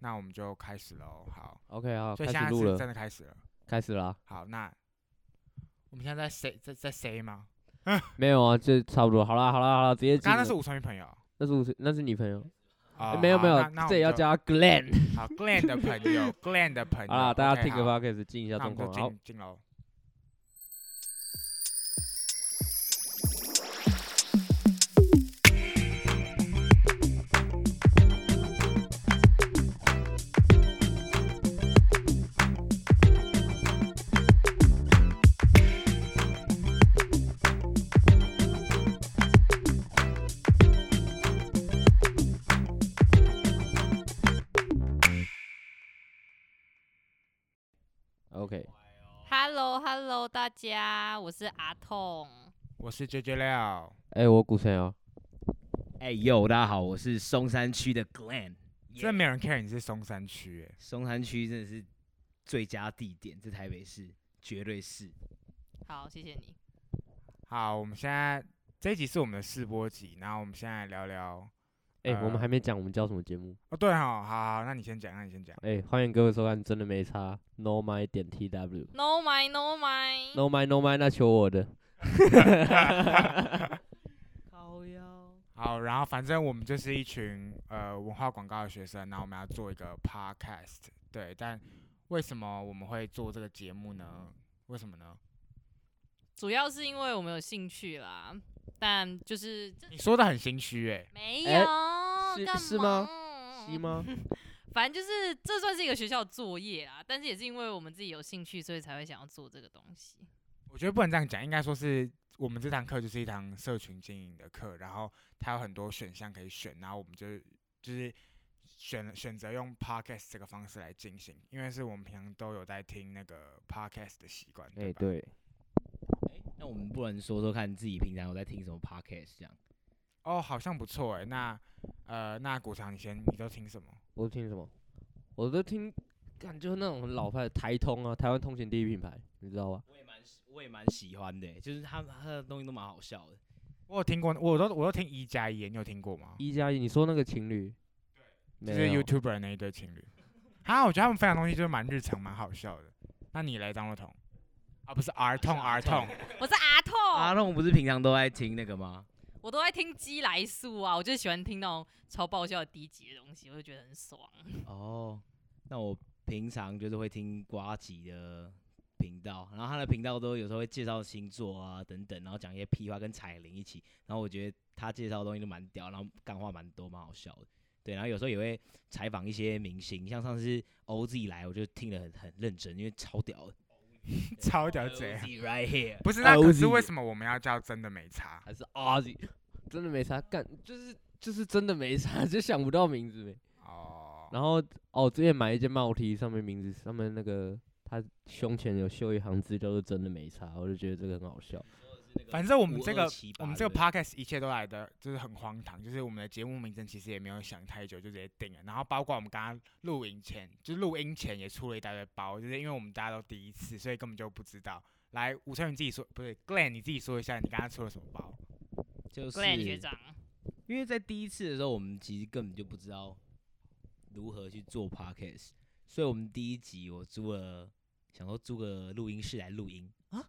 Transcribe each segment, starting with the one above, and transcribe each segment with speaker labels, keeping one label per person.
Speaker 1: 那我们就开始喽。好，
Speaker 2: OK，好，
Speaker 1: 所以
Speaker 2: 开
Speaker 1: 现在
Speaker 2: 始录
Speaker 1: 是
Speaker 2: 了，
Speaker 1: 真的开始了。
Speaker 2: 开始啊啦。
Speaker 1: 好，那我们现在在 say 在在 say 吗？
Speaker 2: 没有啊，就差不多。好啦，好啦，好啦，直接进
Speaker 1: 刚
Speaker 2: 了。
Speaker 1: 刚那是我成员朋友。
Speaker 2: 那是我是那是你朋友？
Speaker 1: 啊
Speaker 2: 诶呃没有没有，这也 要
Speaker 1: 加
Speaker 2: 叫他 Glenn。
Speaker 1: 好 Glenn 的朋友，Glenn 的 朋友。
Speaker 2: 好啦，大家
Speaker 1: OK，
Speaker 2: 听个
Speaker 1: 好
Speaker 2: podcast 进一下
Speaker 1: 那我
Speaker 2: 状
Speaker 1: 们就
Speaker 2: 况。好，
Speaker 1: 进进喽。
Speaker 2: OK，
Speaker 3: Hello Hello，大家，我是阿痛。
Speaker 1: 我是 JJ 廖，
Speaker 2: 哎，我古城哦，
Speaker 4: 哎呦，大家好，我是松山区的 Glenn。
Speaker 1: 真的没有人 care 你是松山区耶，
Speaker 4: 松山区真的是最佳地点，在台北市绝对是。
Speaker 3: 好，谢谢你。
Speaker 1: 好，我们现在这一集是我们的试播集，然后我们现在来聊聊。
Speaker 2: 哎，我
Speaker 1: 呃
Speaker 2: 们还没讲我们叫什么节目。
Speaker 1: 哦，对哈、哦，好好，那你先讲，那你先讲。
Speaker 2: 哎，欢迎各位收看，真的没差，No My 点 TW。
Speaker 3: No my No my，
Speaker 2: No My No My，那求我的。
Speaker 3: 高腰。
Speaker 1: 好，然后反正我们就是一群呃文化广告的学生，然后我们要做一个 podcast，对，但为什么我们会做这个节目呢？为什么呢？
Speaker 3: 主要是因为我们有兴趣啦，但就是这
Speaker 1: 你说的很心虚哎、
Speaker 3: 没
Speaker 2: 哎
Speaker 3: 有，
Speaker 2: 是
Speaker 3: 干
Speaker 2: 是吗
Speaker 3: 嘛
Speaker 2: 是吗？
Speaker 3: 反正就是这算是一个学校作业啦，但是也是因为我们自己有兴趣，所以才会想要做这个东西。
Speaker 1: 我觉得不能这样讲，应该说是我们这堂课就是一堂社群经营的课，然后它有很多选项可以选，然后我们就就是选选择用 podcast 这个方式来进行，因为是我们平常都有在听那个 podcast 的习惯，对
Speaker 2: 哎，
Speaker 1: 吧？
Speaker 2: 对，
Speaker 4: 哎，那我们不能说说看自己平常有在听什么 podcast 这样？
Speaker 1: 哦，好像不错哎、那呃，那古长你先，你都听什么？
Speaker 2: 我听什么？我都听，感觉那种很老派的台通啊，台湾通勤第一品牌，你知道吧？
Speaker 4: 我也蛮我也蛮喜欢的，欸就是他他的东西都蛮好笑的。
Speaker 1: 我有听过，我都我都听一加一，你有听过吗？
Speaker 2: 一加一，你说那个情侣？
Speaker 1: 就
Speaker 2: 没
Speaker 1: 是
Speaker 2: 有
Speaker 1: YouTuber 那一对情侣。 啊，我觉得他们分享的东西就是蛮日常、蛮好笑的。那你来张若彤啊，不是 R 痛 R 痛，
Speaker 3: 我是阿痛，
Speaker 1: 哦
Speaker 4: 阿龙不是平常都在听那个吗？
Speaker 3: 我都在听鸡来素啊，我就喜欢听那种超爆笑的低级的东西，我就觉得很爽。
Speaker 4: 哦，那我平常就是会听瓜吉的频道，然后他的频道都有时候会介绍星座啊等等，然后讲一些屁话跟彩铃一起，然后我觉得他介绍的东西都蛮屌，然后干话蛮多，蛮好笑的。对，然后有时候也会采访一些明星，像上次 OZ 来，我就听得很很认真，因为超屌的。
Speaker 1: 超屌 贼。啊
Speaker 4: OZ right here，
Speaker 1: 不是，那可是
Speaker 2: OZ
Speaker 1: 为什么啊我们要叫真的没差？
Speaker 2: 还是 Ozzy，真的没啥干，就是就是真的没啥， 就想不到名字呗。
Speaker 1: 哦，
Speaker 2: 然后哦，之前买一件帽 T，上面名字上面那个他胸前有绣一行字，叫做“真的没差”，我就觉得这个很好笑。
Speaker 1: 反正我们这个
Speaker 4: 528
Speaker 1: 我们这个
Speaker 4: 对
Speaker 1: podcast 一切都来的就是很荒唐，就是我们的节目名称其实也没有想太久就直接定了，然后包括我们刚刚录影前，就是录音前也出了一大堆包，就是因为我们大家都第一次，所以根本就不知道。来，吴成宇你自己说，不是 Glenn 你自己说一下，你刚刚出了什么包？
Speaker 4: 就是
Speaker 3: Glenn 学长，
Speaker 4: 因为在第一次的时候，我们其实根本就不知道如何去做 podcast，所以我们第一集我租了，想说租个录音室来录音啊，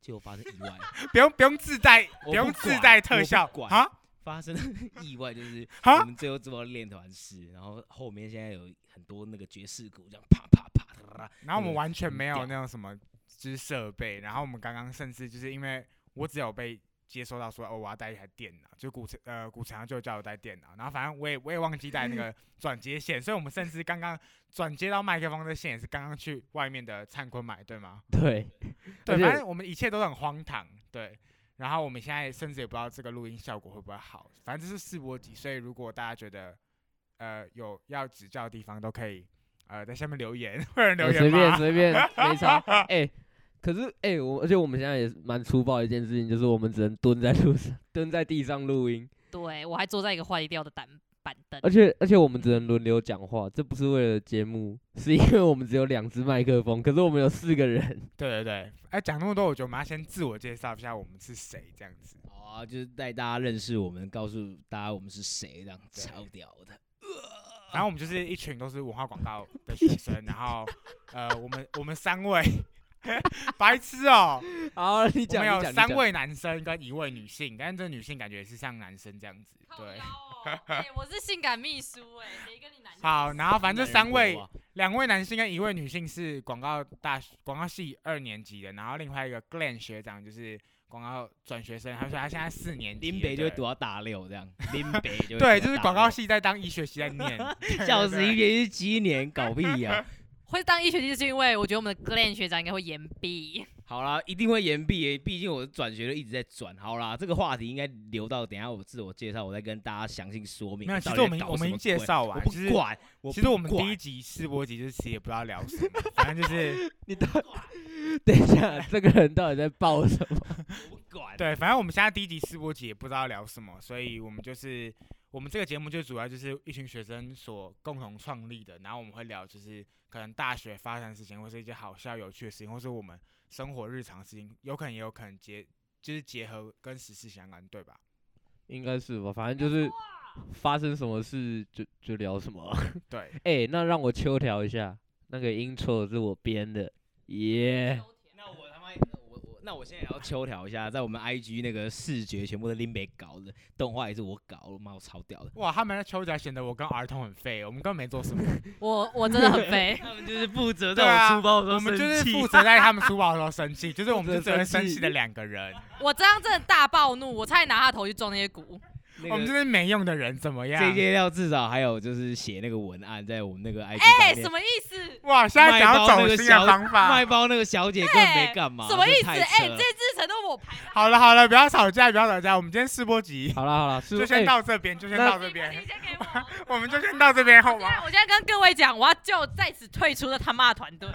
Speaker 4: 结果发生意外，
Speaker 1: 不用不用自带，
Speaker 4: 我
Speaker 1: 不用
Speaker 4: 不
Speaker 1: 自
Speaker 4: 管
Speaker 1: 带
Speaker 4: 我
Speaker 1: 特
Speaker 4: 不
Speaker 1: 效
Speaker 4: 管
Speaker 1: 啊
Speaker 4: 发生了意外 就是我
Speaker 1: 啊！
Speaker 4: 们最后做到练团式，然后后面现在有很多那个爵士鼓，这样啪啪啪哒哒哒，
Speaker 1: 然后我们
Speaker 4: 嗯
Speaker 1: 完全没有
Speaker 4: 屌
Speaker 1: 那种什么就是设备，然后我们刚刚甚至就是因为我只有被接收到说哦我要带一台电脑，就古城呃古城就叫我带电脑，然后反正我也我也忘记带那 个转接线，所以我们甚至刚刚转接到麦克风的线也是刚刚去外面的灿坤买对吗？
Speaker 2: 对，
Speaker 1: 对，
Speaker 2: 而且
Speaker 1: 反正我们一切都很荒唐，对。然后我们现在甚至也不知道这个录音效果会不会好，反正这是试播集，所以如果大家觉得呃有要指教的地方，都可以呃在下面留言，会有人留
Speaker 2: 呃随
Speaker 1: 言
Speaker 2: 便
Speaker 1: 吗？
Speaker 2: 随便 没差。哎、可是哎、我而且我们现在也是蛮粗暴的一件事情，就是我们只能蹲在路上， 蹲在地上录音，
Speaker 3: 对我还坐在一个坏掉的板板凳，
Speaker 2: 而且而且我们只能轮流讲话，这不是为了节目，是因为我们只有两只麦克风，可是我们有四个人。
Speaker 1: 对对对，哎，讲那么多，我觉得我们要先自我介绍一下我们是谁，这样子。
Speaker 4: 好啊，就是带大家认识我们，告诉大家我们是谁，这样
Speaker 1: 对
Speaker 4: 超屌的。
Speaker 1: 反正我们就是一群都是文化广告的学生，然后呃，我们我们三位 白痴哦、
Speaker 2: 好，你
Speaker 1: 我
Speaker 2: 讲，
Speaker 1: 们
Speaker 2: 你
Speaker 1: 有
Speaker 2: 讲
Speaker 1: 三，位男生跟一位女性，但是这女性感觉是像男生这样子，
Speaker 3: 靠
Speaker 1: 对
Speaker 3: 腰。 哦，哎，我是性感秘书哎，谁跟你男？
Speaker 1: 好，然后反正这三位
Speaker 2: 啊
Speaker 4: 哇，
Speaker 1: 两位男性跟一位女性是广告大学广告系二年级的，然后另外一个 Glenn 学长就是广告转学生，他说他现在四年级了，
Speaker 4: 林北就会
Speaker 1: 对
Speaker 4: 读到大六这样，林北就会
Speaker 1: 对，就
Speaker 4: 读到
Speaker 1: 是
Speaker 4: 大
Speaker 1: 广告
Speaker 4: 六
Speaker 1: 系在当医学系在 念，对
Speaker 4: 笑
Speaker 1: 对
Speaker 4: 死，一年是七年，搞屁呀、
Speaker 3: 会当医学系就是因为我觉得我们的 Glenn 学长应该会延毕。
Speaker 4: 好啦，一定会延毕耶，毕竟我转学就一直在转。好啦，这个话题应该留到等一下我自我介绍，我再跟大家详细说明。
Speaker 1: 没有，其实
Speaker 4: 到底
Speaker 1: 我
Speaker 4: 在
Speaker 1: 们
Speaker 4: 搞
Speaker 1: 我
Speaker 4: 什
Speaker 1: 们已
Speaker 4: 么
Speaker 1: 经介
Speaker 4: 鬼
Speaker 1: 绍
Speaker 4: 我
Speaker 1: 完，
Speaker 4: 不
Speaker 1: 就是
Speaker 4: 管。
Speaker 1: 其实我
Speaker 4: 不
Speaker 1: 们第
Speaker 4: 管
Speaker 1: 一集试播集就是其实也不知道聊什么，反正就是
Speaker 2: 你到， 等一下，这个人到底在爆什么？
Speaker 4: 我不管，
Speaker 1: 对，反正我们现在第一集试播集也不知道聊什么，所以我们就是我们这个节目就主要就是一群学生所共同创立的，然后我们会聊就是可能大学发生的事情，或是一些好笑有趣的事情，或是我们生活日常的事情，有可能也有可能结就是结合跟时事相关，对吧？
Speaker 2: 应该是吧，反正就是发生什么事就就聊什么。
Speaker 1: 对，
Speaker 2: 哎，那让我秋调一下，那个 intro 是我编的，耶、
Speaker 4: 那我他妈，我我那我现在也要秋条一下，在我们 IG 那个视觉全部都林北搞的，动画也是我搞的，妈我超屌 的。，
Speaker 1: 哇，他们的秋仔显得我跟儿童很废，我们根本没做什么，
Speaker 3: 我我真的很肥
Speaker 4: 他们就是负责
Speaker 1: 对啊
Speaker 4: 在我出包的时
Speaker 1: 我
Speaker 4: 候
Speaker 1: 们就
Speaker 4: 生
Speaker 1: 是
Speaker 4: 气
Speaker 1: 负责在他们书包的时候生气，就是我们
Speaker 2: 负
Speaker 1: 是
Speaker 2: 责
Speaker 1: 责任
Speaker 2: 生
Speaker 1: 生气
Speaker 2: 气
Speaker 1: 的两个人，
Speaker 3: 我这样真的大暴怒，我差点拿他头去撞那些鼓。
Speaker 4: 那
Speaker 1: 我们
Speaker 4: 个
Speaker 1: 就是没用的人，怎么样？
Speaker 4: 这些料至少还有就是写那个文案在我们那个
Speaker 3: 哎，
Speaker 4: IG 上面
Speaker 3: 什。么意思？
Speaker 1: 哇，现在
Speaker 4: 卖
Speaker 1: 想要
Speaker 4: 包
Speaker 1: 走
Speaker 4: 那个
Speaker 1: 新
Speaker 4: 小
Speaker 1: 的方法，
Speaker 4: 卖包那个小姐根本没干嘛，
Speaker 3: 什么意
Speaker 4: 这
Speaker 3: 思？
Speaker 4: 太
Speaker 3: 哎，
Speaker 4: 扯
Speaker 3: 这
Speaker 4: 了
Speaker 3: 次程都我排的。
Speaker 1: 好了好了，不要吵架，不要吵架，我们今天试播集
Speaker 2: 好啦好啦，是
Speaker 1: 就
Speaker 2: 哎不
Speaker 4: 哎
Speaker 1: 先
Speaker 2: 是？
Speaker 1: 到这边，就先
Speaker 2: 那
Speaker 1: 到这
Speaker 3: 你
Speaker 1: 边，
Speaker 3: 先给 我。我
Speaker 1: 我们就先到这边好
Speaker 3: 现在
Speaker 1: 吗？
Speaker 3: 我现在跟各位讲，我要就在此退出这他妈的团队。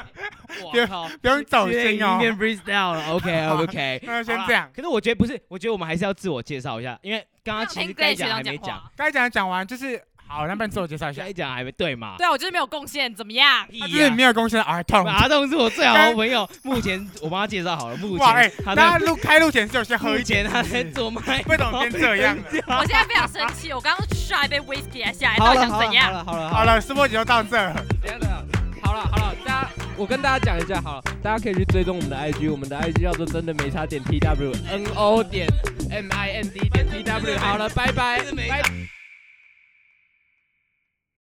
Speaker 1: 对
Speaker 4: 我靠，
Speaker 1: 不用走
Speaker 4: 现在已
Speaker 1: 心
Speaker 4: 经
Speaker 1: 哦。
Speaker 4: 变 freestyle 了，OK OK。
Speaker 1: 那
Speaker 4: 好
Speaker 1: 先
Speaker 4: 啦
Speaker 1: 这样，
Speaker 4: 可是我觉得不是，我觉得我们还是要自我介绍一下，因为刚刚其实该讲还没讲，，
Speaker 1: 该讲的讲完，就是好，那不然自我介绍一下
Speaker 4: 该，讲还没对嘛？
Speaker 3: 对啊，我就是没有贡献，怎么 样？
Speaker 4: 屁
Speaker 1: 他就是没有贡献的儿童。
Speaker 4: 马东是我最好的朋友，目前我帮他介绍好了，目
Speaker 1: 哇，哎
Speaker 4: 前，他
Speaker 1: 大家
Speaker 4: 在
Speaker 1: 录开录前是有先喝
Speaker 4: 目
Speaker 1: 一
Speaker 4: 前
Speaker 1: 点，
Speaker 4: 他
Speaker 1: 是
Speaker 4: 在
Speaker 1: 不是
Speaker 4: 做麦
Speaker 1: 为什么
Speaker 4: 包
Speaker 1: 变这 样了？
Speaker 3: 我现在非常生气，我刚刚刷一杯 whisky 还下来，
Speaker 2: 好
Speaker 3: 到底
Speaker 2: 了
Speaker 3: 想
Speaker 2: 好了
Speaker 3: 怎
Speaker 2: 好
Speaker 3: 样？
Speaker 2: 了好了好
Speaker 1: 好
Speaker 2: 了，
Speaker 1: 了，试播集就到这儿。
Speaker 2: 等一下等一下好了好了，大家我跟大家讲一下好了，大家可以去追踪我们的 IG，我们的 IG 叫做真的没差点 T W N O 点 M I N D 点 T W。好了，拜拜
Speaker 4: 真的没差
Speaker 2: 拜。